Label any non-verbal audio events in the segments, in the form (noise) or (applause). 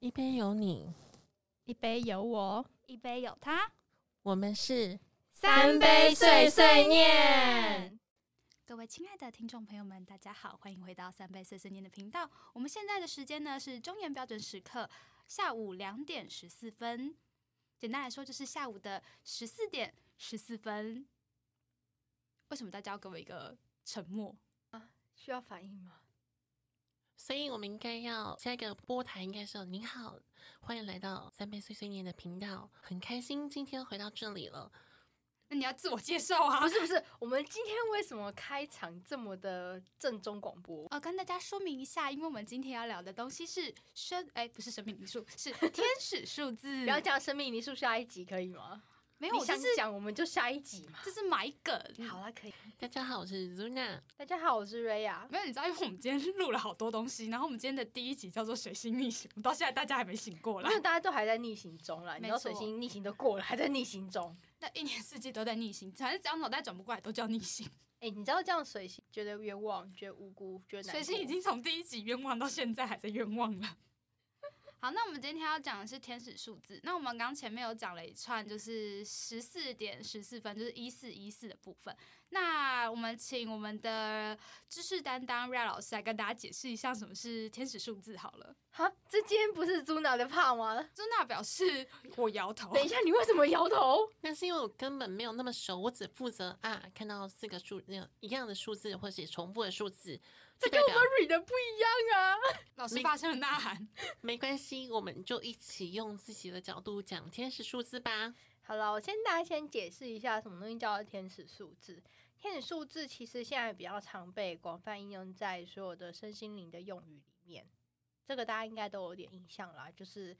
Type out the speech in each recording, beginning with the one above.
一杯有你，一杯有我，一杯有他，我们是三杯碎碎念。各位亲爱的听众朋友们，大家好，欢迎回到三杯碎碎念的频道。我们现在的时间呢是中原标准时刻下午两点十四分，简单来说就是下午的十四点十四分。为什么大家要给我一个沉默？需要反应吗？所以我们应该要下一个波台应该是您好，欢迎来到三杯碎碎念的频道，很开心今天回到这里了。那你要自我介绍啊不！哦是不是，我们今天为什么开场这么的正宗广播？呃，跟大家说明一下，因为我们今天要聊的东西是生，哎，不是生命灵数，是天使数字。 (laughs) 不要讲生命泥塑下一集可以吗？没有，你我这想是嗯讲我们就下一集嘛。这是埋梗。好，了，可以。大家好，我是 Zuna，大家好，我是瑞亚。没有，你知道，因为我们今天录了好多东西，然后我们今天的第一集叫做《水星逆行》，到现在大家还没醒过因来为，大家都还在逆行中啦，你没知道水错星逆行都过了，还在逆行中。但一年四季都在逆行，反正只要脑袋转不过来都叫逆行。哎、你知道这样水星觉得冤枉，觉得无辜，觉得难水星已过经从第一集冤枉到现在还在冤枉了。 (laughs) 好，那我们今天要讲的是天使数字。那我们刚前面有讲了一串，就是十四点十四分，就是一四一四的部分。那我们请我们的知识担当 Ray 老师来跟大家解释一下什么是天使数字好了。哈，这今天不是朱娜的怕吗？就那表示 (laughs) 我摇头，等一下，你为什么摇头？那是因为我根本没有那么熟，我只负责啊，看到四个数那个一样的数字或者是重复的数字，就代表瑞的不一样啊！老师发声的呐喊。没关系，我们就一起用自己的角度讲天使数字吧。好了，我先大家先解释一下什么东西叫做天使数字。天使数字其实现在比较常被广泛应用在所有的身心灵的用语里面，这个大家应该都有点印象啦。就是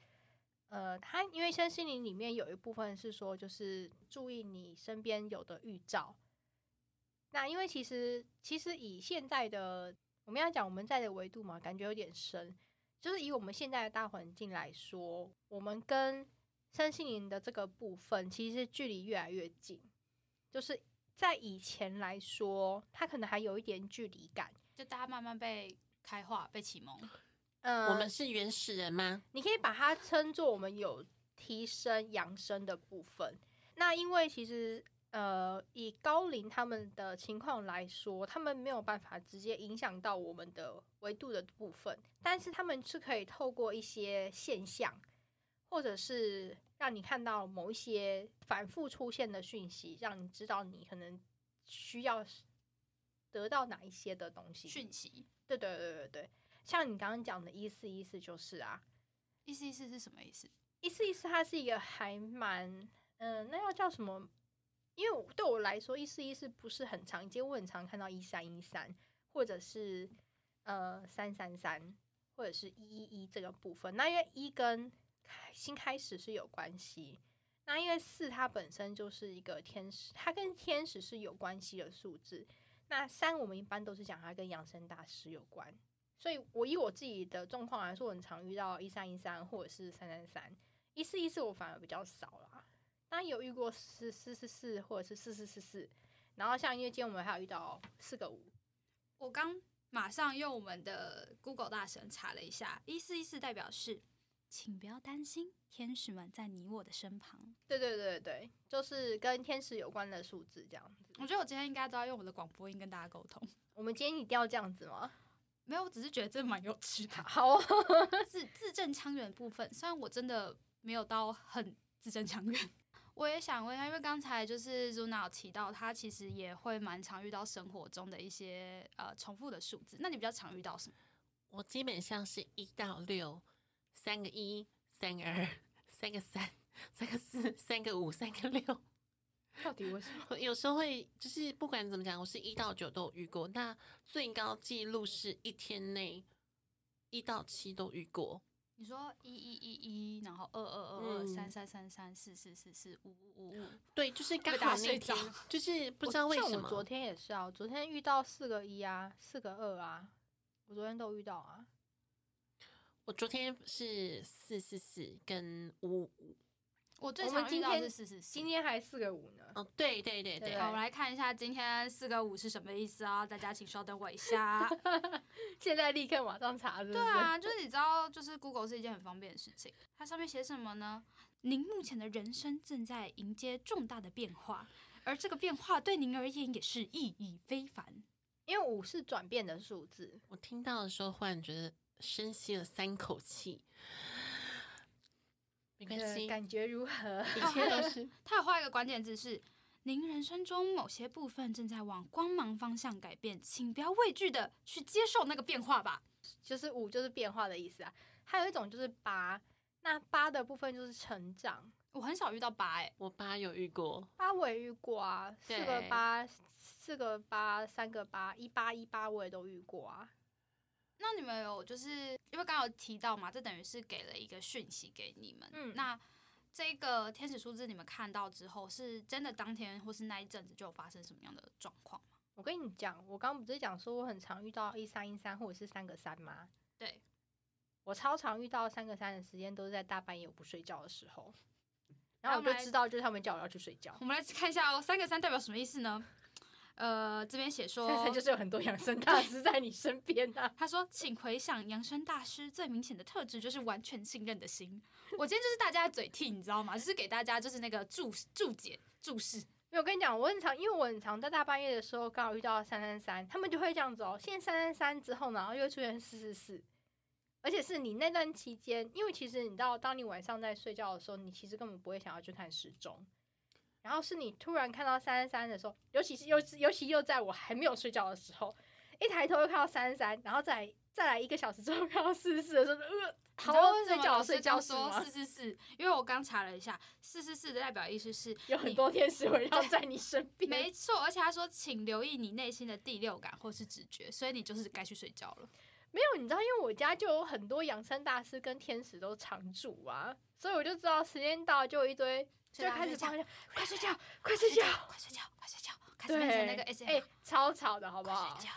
呃，它因为身心灵里面有一部分是说，就是注意你身边有的预兆。那因为其实其实以现在的我们要讲我们在的维度嘛，感觉有点深。就是以我们现在的大环境来说，我们跟身心灵的这个部分，其实距离越来越近。就是在以前来说，它可能还有一点距离感。 (laughs) 就大家慢慢被开化、被启蒙。嗯，我们是原始人吗？你可以把它称作我们有提升扬升的部分。那因为其实呃，以高龄他们的情况来说，他们没有办法直接影响到我们的维度的部分，但是他们是可以透过一些现象，或者是让你看到某一些反复出现的讯息，让你知道你可能需要得到哪一些的东西。讯息。对对对对对，像你刚刚讲的“一四一四”就是啊，意思意思是什么意思？一四一四，它是一个还蛮，嗯、那要叫什么？因为我对我来说，一四一四不是很常见，我很常看到一三一三，或者是呃三三三，或者是一一一这个部分。那因为一跟开新开始是有关系，那因为四它本身就是一个天使，它跟天使是有关系的数字。那三我们一般都是讲它跟养生大师有关，所以我以我自己的状况来说，我很常遇到一三一三或者是三三三。一四一四我反而比较少啦，当然有遇过四四四四或者是四四四四，然后像因为今天我们还有遇到四个五，我刚马上用我们的 Google 大神查了一下，一四一四代表是，请不要担心，天使们在你我的身旁。对对对对对，就是跟天使有关的数字这样子。我觉得我今天应该都要用我的广播音跟大家沟通。我们今天一定要这样子吗？ (laughs) 没有，我只是觉得这蛮有趣的。好哦， (laughs) 字字正腔圆的部分，虽然我真的没有到很字正腔圆。我也想问一下，因为刚才就是 Zuna 有提到，他其实也会蛮常遇到生活中的一些呃重复的数字。那你比较常遇到什么？我基本上是一到六，三个一，三个二，三个三，三个四，三个五，三个六。 (laughs) 到底为什么？我有时候会就是不管怎么讲，我是一到九都有遇过。那最高记录是一天内一到七都遇过。你说一一一一，然后二二二二，嗯三三三三，四四四四，五五五五。对，就是刚被好打那睡天着，就是不知道为什像我昨么。天也是啊，我昨天遇到四个一啊，四个二啊，我昨天都遇到啊。我昨天是四四四跟五五，我最我们常遇今到天是四四四。今天还四个五呢，哦，对对对对对，好，我来看一下今天四个五是什么意思啊？大家请稍等我一下。现在立刻马上查，是不是？对啊，就是你知道，就是 Google 是一件很方便的事情。它上面写什么呢？您目前的人生正在迎接重大的变化，而这个变化对您而言也是意义非凡。因为五是转变的数字，我听到的时候，忽然觉得深吸了三口气，没关呃系，感觉如何？一 (laughs) 切都是它有画一个关键字是：您人生中某些部分正在往光芒方向改变，请不要畏惧的去接受那个变化吧。就是五就是变化的意思啊。还有一种就是八，那八的部分就是成长。我很少遇到八哎、我爸有遇过，八我也遇过啊，四个对八，四个八，三个八，一八一八我也都遇过啊。那你们有就是因为刚刚有提到嘛，这等于是给了一个讯息给你们。嗯那这个天使数字你们看到之后，是真的当天或是那一阵子就有发生什么样的状况吗？我跟你讲，我刚刚不是讲说我很常遇到一三一三或者是三个三吗？对，我超常遇到三个三的时间都是在大半夜我不睡觉的时候，那然后我我们就来知道就是他们叫我要去睡觉，我们来看一下哦，三个三代表什么意思呢？呃，这边写所说以，才 (laughs) 就是有很多养生大师在你身边啊。他说：“请回想养生大师最明显的特质就是完全信任的心。我今天就是大家的嘴替，你知道吗？就是给大家就是那个注注解注释。没有，我跟你讲，我很常，因为我很常在大半夜的时候刚好遇到三三三，他们就会这样子哦。现在三三三之后呢，然后又会出现四四四，而且是你那段期间，因为其实你知道，当你晚上在睡觉的时候，你其实根本不会想要去看时钟，然后是你突然看到三三三的时候，尤其是尤尤其又在我还没有睡觉的时候，一抬头又看到三三三，然后再来再来一个小时之后看到四四四的时候，呃，你好知道为什睡么觉老了师睡这样觉是说吗四？四四？因为我刚查了一下，四四四的代表意思是有很你多天使围绕在你身 (laughs) 边，没错，而且他说，请留意你内心的第六感或是直觉，所以你就是该去睡觉了。没有，你知道，因为我家就有很多养生大师跟天使都常住啊，所以我就知道时间到就一堆就开始睡放觉下，快 (laughs) 睡觉，快睡觉，快睡觉，快睡觉，开始对，变成那个 S 哎 M，、超吵的好不快好睡？觉。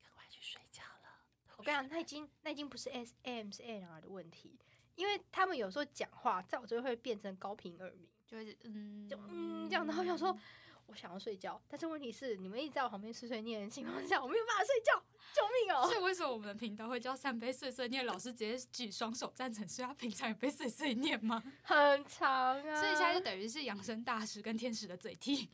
赶快去睡觉了。我 (laughs) 跟你讲，那已经那已经不是 S M 是 N R 的问题，因为他们有时候讲话在我这边会变成高频耳鸣，就会是嗯，就嗯这样，然后我想说。我想要睡觉，但是问题是，你们一直在我旁边碎碎念的情况下，我没有办法睡 (laughs) 觉，救命哦！所以为什么我们的频道会叫三杯碎碎念？老师直接举双手赞成，是他平常也被碎碎念吗？很长啊，所以现在就等于是养生大师跟天使的嘴 (laughs) 替，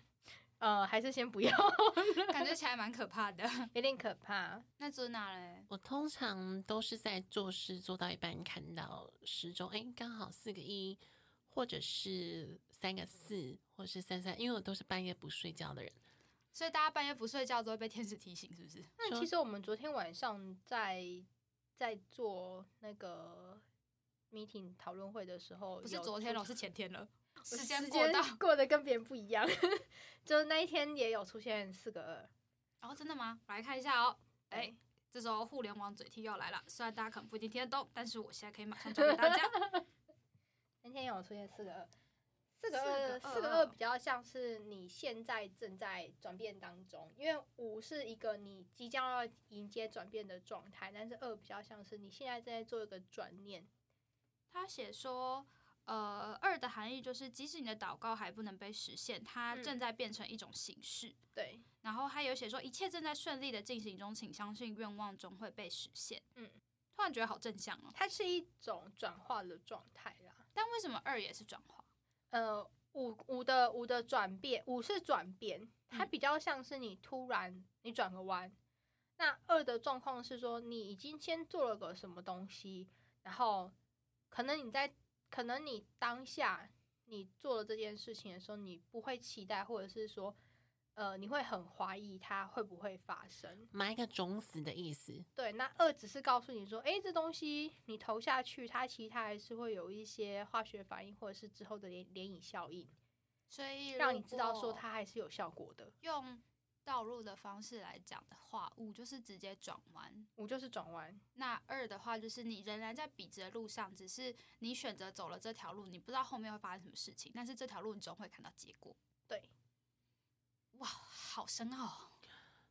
呃，还是先不要， (laughs) 感觉起来蛮可怕的。有点可怕。那尊娜嘞？我通常都是在做事做到一半，看到时钟，哎，刚好四个一，或者是三个四，或者是三三，因为我都是半夜不睡觉的人。所以大家半夜不睡觉都会被天使提醒，是 (laughs) 不是？那说其实我们昨天晚上在在做那个 meeting 讨论会的时候，不是有昨天出了，是前天了。(laughs) 我时间时过间到，过得跟别人不一样， (laughs) 就是那一天也有出现四个二，哦，真的吗？我来看一下哦。哎、对这时候互联网嘴替又来了，虽然大家可能不一定听得懂，但是我现在可以马上教给大 (laughs) 家。那天有出现四个二。四四个二，个四个二二比较像是你现在正在转变当中，因为五是一个你即将要迎接转变的状态，但是二比较像是你现在正在做一个转念，他写说，呃，二的含义就是，即使你的祷告还不能被实现，它嗯正在变成一种形式。对，然后还有写说，一切正在顺利的进行中，请相信愿望终会被实现。嗯，突然觉得好正向哦。它是一种转化的状态啦。但为什么二也是转化？呃，五五的五的转变，五是转变，它嗯比较像是你突然你转个弯。那二的状况是说，你已经先做了个什么东西，然后可能你在可能你当下你做了这件事情的时候，你不会期待，或者是说，呃，你会很怀疑它会不会发生。埋一个种子的意思，对，那二只是告诉你说，诶，这东西你投下去，它其实它还是会有一些化学反应，或者是之后的涟涟漪效应。所以让如你知道说果它还是有效果的。用道路的方式来讲的话，五就是直接转弯。五就是转弯，那二的话，就是你仍然在笔直的路上，只是你选择走了这条路，你不知道后面会发生什么事情，但是这条路你总会看到结果。对，哇，好深奥哦、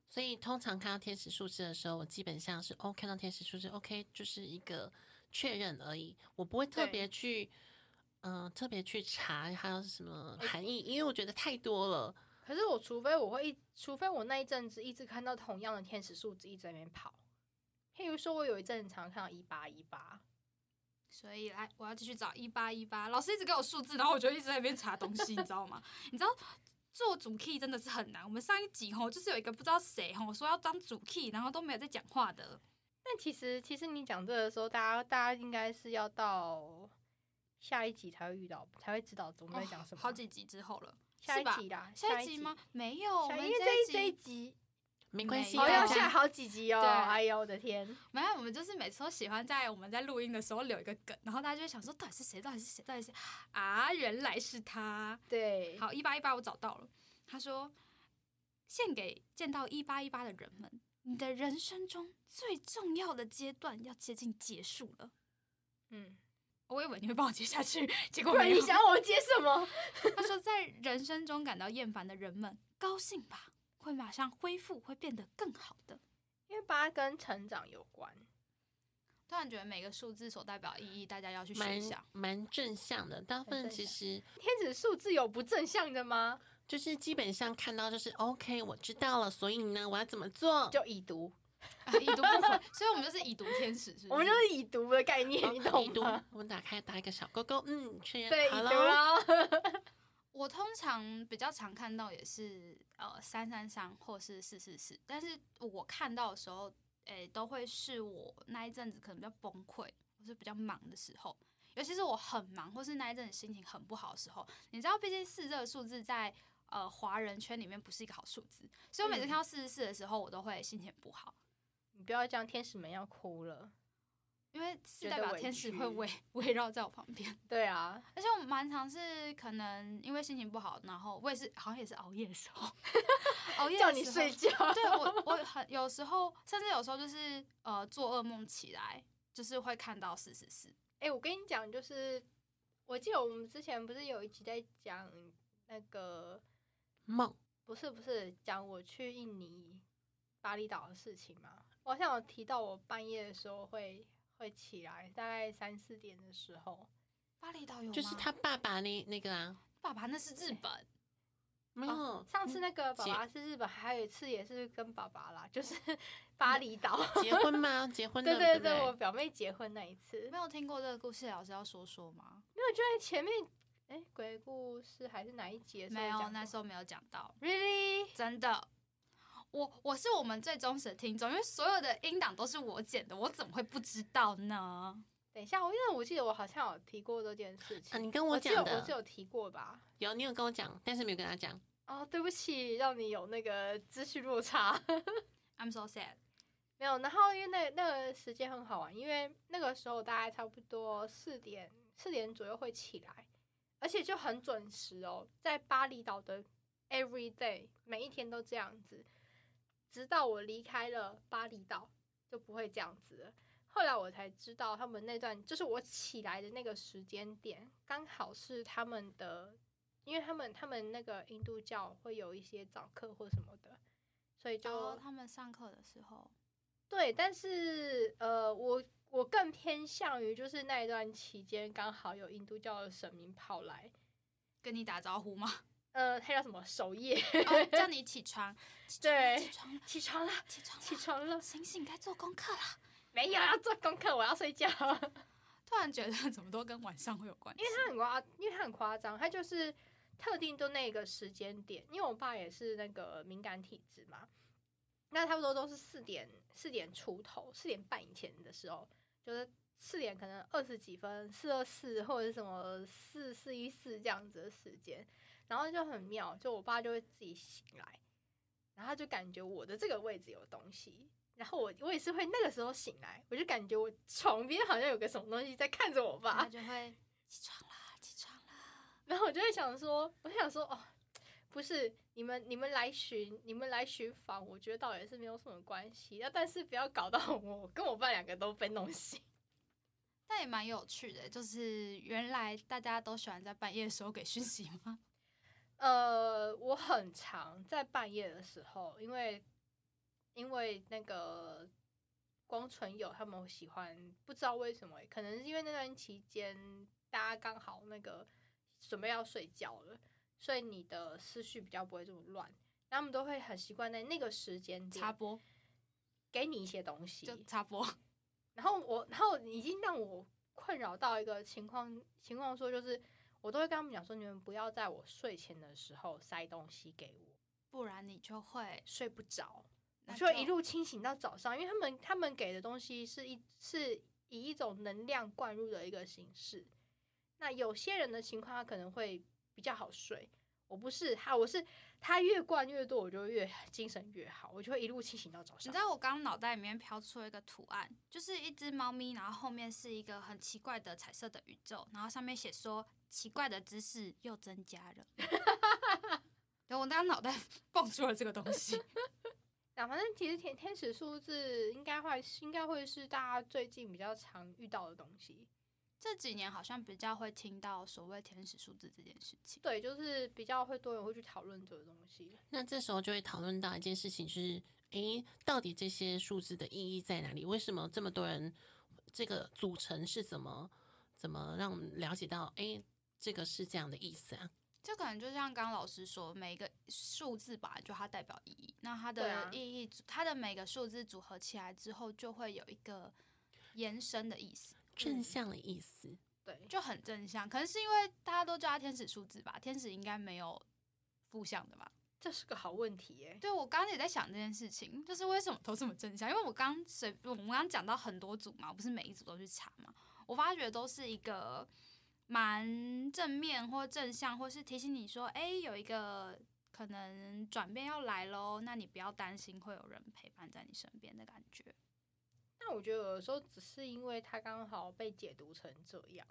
所以通常看到天使数字的时候，我基本上是哦，看到天使数字，OK，就是一个确认而已，我不会特对别去。嗯、呃特别去查它有什么含义，因为我觉得太多了。可是我除非我会一，除非我那一阵子一直看到同样的天使数字一直在那边跑。譬如说，我有一阵常看到一八一八，所以来，我要继续找一八一八。老师一直给我数字，然后我就一直在那边查东西，你知道吗？你知道做主 key 真的是很难。我们上一集吼，就是有一个不知道谁吼说要当主 key，然后都没有在讲话的。但其实其实你讲这个的时候，大家大家应该是要到下一集才会遇到，才会知道我们在讲什哦么。好几集之后了，下是一吧集啦，下一一集吗？？没有，我下们一因为这一这一一集集没关系，没有哦，要大下家好几集哦！对哎呦我的天，没有，我们就是每次都喜欢在我们在录音的时候留一个梗，然后大家就会想说到底是谁，到底是谁，到底是谁啊，原来是他。对，好，一八一八我找到了。他说，献给见到一八一八的人们，你的人生中最重要的阶段要接近结束了。嗯，我以为你会帮我接下去，结果不然没有你。想我接什么？他说，在人生中感到厌烦的人们，高兴吧，会马上恢复，会变得更好的。 (laughs) 因为八跟成长有关，突然觉得每个数字所代表的意义，大家要去学蛮一下。 (laughs) 蛮正向的。大部很分正其向实天使数字有不正向的吗？就是基本上看到就是 OK，我知道了，所以呢，我要怎么做？就已读，啊已读不回，所以我们就是已读天使，是不是？我们就是已读的概念，嗯已你懂读吗？，我们打开打一个小勾勾，嗯，确认对，已好读咯了。我通常比较常看到也是呃三三三或是四四四，但是我看到的时候，诶、都会是我那一阵子可能比较崩溃，或是比较忙的时候，尤其是我很忙或是那一阵子心情很不好的时候，你知道，毕竟四这个数字在呃华人圈里面不是一个好数字，所以我每次嗯看到四十四的时候，我都会心情不好，你不要这样，天使们要哭了。因为是觉代得表委天使屈会围围绕在我旁边。对啊，而且我蛮常是可能因为心情不好，然后我也是好像也是熬夜的时候， (laughs) 熬夜叫啊的你时候睡觉。对我我很有时候，甚至有时候就是呃做噩梦起来，就是会看到四十四。 (laughs) 哎、我跟你讲，就是我记得我们之前不是有一集在讲那个，梦，不是不是讲我去印尼巴厘岛的事情吗？我好像有提到我半夜的时候会会起来，大概三四点的时候。巴厘岛有就是吗他爸爸那那个啊，爸爸那是日本，没有，哦上次那个爸姐爸是日本，还有一次也是跟爸爸啦， (laughs) 就是巴厘岛。结婚吗？结婚 (laughs) 对了，对不对，我对？表妹结婚那一次，没有听过这个故事，老师要说说吗？没有就在前面，哎、鬼故事还是哪一集的时候没有，讲那过时候没有讲到， really 真的。我我是我们最忠实的听众，因为所有的音档都是我剪的，我怎么会不知道呢？等一下，我因为我记得我好像有提过这件事情。啊你跟我我讲的我是有提过吧？有，你有跟我讲，但是没有跟他讲。哦，对不起，让你有那个资讯落差。 I'm so sad。没有，然后因为那那个时间很好玩，因为那个时候大概差不多四点四点左右会起来，而且就很准时哦，在巴厘岛的 every day 每一天都这样子，直到我离开了巴厘岛就不会这样子了。后来我才知道，他们那段就是我起来的那个时间点，刚好是他们的，因为他们他们那个印度教会有一些早课或什么的，所以就、然后哦他们上课的时候，对，但是呃，我我更偏向于就是那一段期间刚好有印度教的神明跑来，跟你打招呼吗？呃，他叫什么守夜， (laughs) 哦，叫你起床，起床了，对起床了，起起床了，床了，起床了，醒醒，该做功课啦。没有要做功课，我要睡觉。突然觉得怎么都跟晚上会有 (laughs) 关系，因为他很夸，因为他很夸张，他就是特定都那个时间点，因为我爸也是那个敏感体质嘛，那差不多都是四点四点出头，四点半以前的时候，就是四点可能二十几分，四二四或者是什么四四一四这样子的时间，然后就很妙，就我爸就会自己醒来，然后他就感觉我的这个位置有东西。然后我我也是会那个时候醒来，我就感觉我床边好像有个什么东西在看着我爸他，就会起床啦，起床啦。然后我就会想说，我想说，哦，不是你们你们来巡，你们来巡访，我觉得倒也是没有什么关系。那但是不要搞到我跟我爸两个都被弄醒。但也蛮有趣的，就是原来大家都喜欢在半夜的时候给讯息吗？呃，我很常在半夜的时候，因为因为那个光纯友他们喜欢，不知道为什么欸，可能是因为那段期间大家刚好那个准备要睡觉了，所以你的思绪比较不会这么乱，然后他们都会很习惯在那个时间插点播给你一些东西，就插播，然后我，然后已经让我困扰到一个情况，情况说就是，我都会跟他们讲说，你们不要在我睡前的时候塞东西给我，不然你就会睡不着，我那就会一路清醒到早上，因为他们他们给的东西是一是以一种能量灌入的一个形式。那有些人的情况，他可能会比较好睡。我不是他，我是他越灌越多，我就越 (laughs) 精神越好，我就会一路清醒到早你上知。道我刚刚脑袋里面飘出了一个图案，就是一只猫咪，然后后面是一个很奇怪的彩色的宇宙，然后上面写说奇怪的知识又增加 (laughs) 了。对，我刚刚脑袋 (laughs) 蹦出了这个东西， (laughs) 啊，反正其实天天使数字应该会应该会是大家最近比较常遇到的东西。这几年好像比较会听到所谓天使数字这件事情。对，就是比较会多人会去讨论这个东西。那这时候就会讨论到一件事情，就是诶，到底这些数字的意义在哪里？为什么这么多人？这个组成是怎么怎么让我们了解到？诶，这个是这样的意思啊？这可能就像刚刚老师说，每一个数字吧，就它代表意义，那它对的啊意义组，它的每个数字组合起来之后，就会有一个延伸的意思。正嗯向的意思，对，就很正向，可能是因为大家都叫它天使数字吧，天使应该没有负向的吧？这是个好问题耶。对我刚刚也在想这件事情，就是为什么都这么正向？因为我刚随我们刚刚讲到很多组嘛，我不是每一组都去查嘛，我发觉都是一个蛮正面或正向，或是提醒你说，哎，有一个可能转变要来喽，那你不要担心，会有人陪伴在你身边的感觉。那我觉得有的时候只是因为它刚好被解读成这样。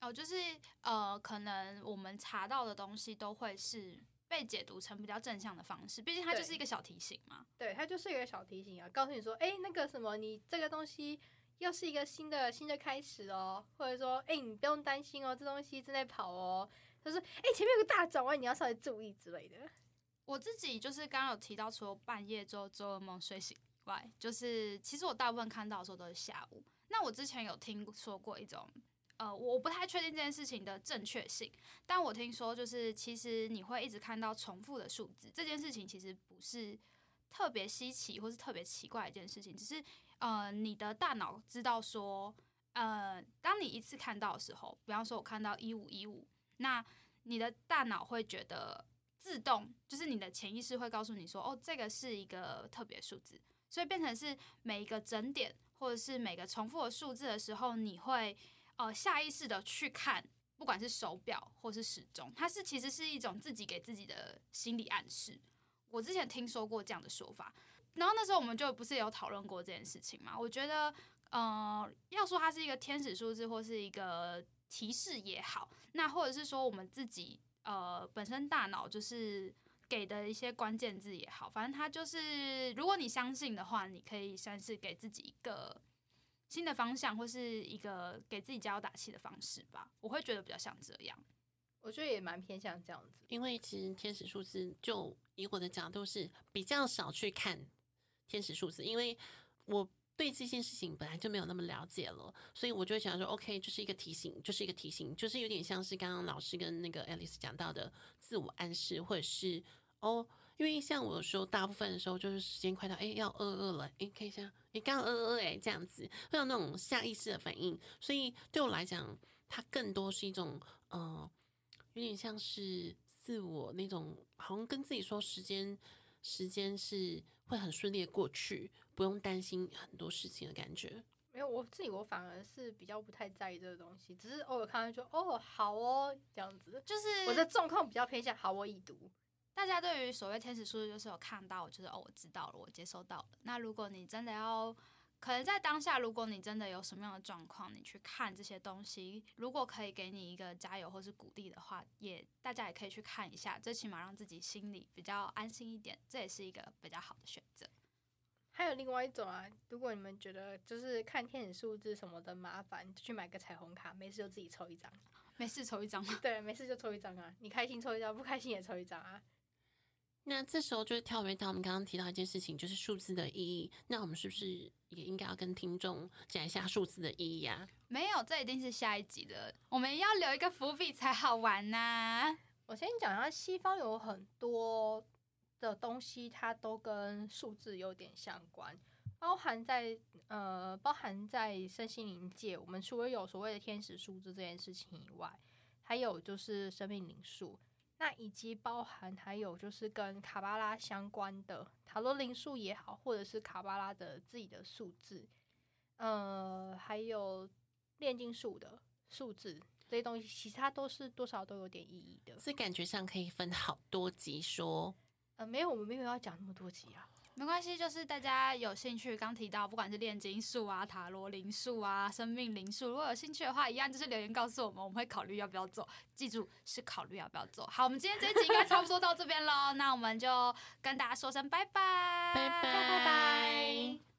哦，就是呃，可能我们查到的东西都会是被解读成比较正向的方式，毕竟它就是对一个小提醒嘛。对，它就是一个小提醒啊，告诉你说，哎、那个什么，你这个东西又是一个新的新的开始哦，或者说，哎、你不用担心哦，这东西正在跑哦，就是，哎、前面有个大转弯，你要稍微注意之类的。我自己就是刚刚有提到，除了半夜之后做噩梦睡醒以外，就是其实我大部分看到的时候都是下午。那我之前有听说过一种，呃，我不太确定这件事情的正确性，但我听说就是其实你会一直看到重复的数字，这件事情其实不是特别稀奇或是特别奇怪的一件事情，只是呃，你的大脑知道说，呃，当你一次看到的时候，比方说我看到一五一五，那你的大脑会觉得自动，就是你的潜意识会告诉你说，哦，这个是一个特别数字，所以变成是每一个整点或者是每个重复的数字的时候，你会呃下意识的去看，不管是手表或是时钟，它是其实是一种自己给自己的心理暗示。我之前听说过这样的说法，然后那时候我们就不是有讨论过这件事情嘛？我觉得，呃，要说它是一个天使数字或是一个提示也好，那或者是说我们自己呃本身大脑就是给的一些关键字也好，反正它就是如果你相信的话，你可以算是给自己一个新的方向，或是一个给自己加油打气的方式吧。我会觉得比较像这样。我觉得也蛮偏向这样子。因为其实天使数字，就以我的角度是比较少去看天使数字，因为我对这件事情本来就没有那么了解了，所以我就会想说，OK，就是一个提醒，就是一个提醒，就是有点像是刚刚老师跟那个 Alice 讲到的自我暗示，或者是哦，因为像我有时候大部分的时候就是时间快到，哎，要饿饿了，哎，看一下，哎，刚好饿饿哎，这样子会有那种下意识的反应，所以对我来讲，它更多是一种呃，有点像是自我那种，好像跟自己说时间时间是会很顺利的过去，不用担心很多事情的感觉。没有，我自己我反而是比较不太在意这个东西，只是偶尔看到就哦好哦这样子。就是我的状况比较偏向好我已读，大家对于所谓天使数字就是有看到，就是哦，我知道了，我接收到了。那如果你真的要，可能在当下，如果你真的有什么样的状况，你去看这些东西，如果可以给你一个加油或是鼓励的话，也大家也可以去看一下，最起码让自己心里比较安心一点，这也是一个比较好的选择。还有另外一种啊，如果你们觉得就是看天使数字什么的麻烦，就去买个彩虹卡，没事就自己抽一张。 (laughs) 没事，抽一张吗？ (laughs) 对，没事就抽一张啊，你开心抽一张，不开心也抽一张啊。那这时候就是跳回到我们刚刚提到一件事情，就是数字的意义。那我们是不是也应该要跟听众讲一下数字的意义啊？没有，这一定是下一集的，我们要留一个伏笔才好玩呐、我先讲一下，西方有很多的东西，它都跟数字有点相关，包含在呃，包含在身心灵界，我们除了有所谓的天使数字这件事情以外，还有就是生命灵数，那以及包含还有就是跟卡巴拉相关的塔罗灵数也好，或者是卡巴拉的自己的数字，呃，还有炼金术的数字。这些东西其他都是多少都有点意义的，所以感觉上可以分好多集说。呃，没有，我们没有要讲那么多集啊。没关系，就是大家有兴趣，刚提到不管是炼金术啊、塔罗灵术啊、生命灵术，如果有兴趣的话，一样就是留言告诉我们，我们会考虑要不要做。记住是考虑要不要做。好，我们今天这一集应该差不多到这边喽，那我们就跟大家说声拜拜，拜拜拜拜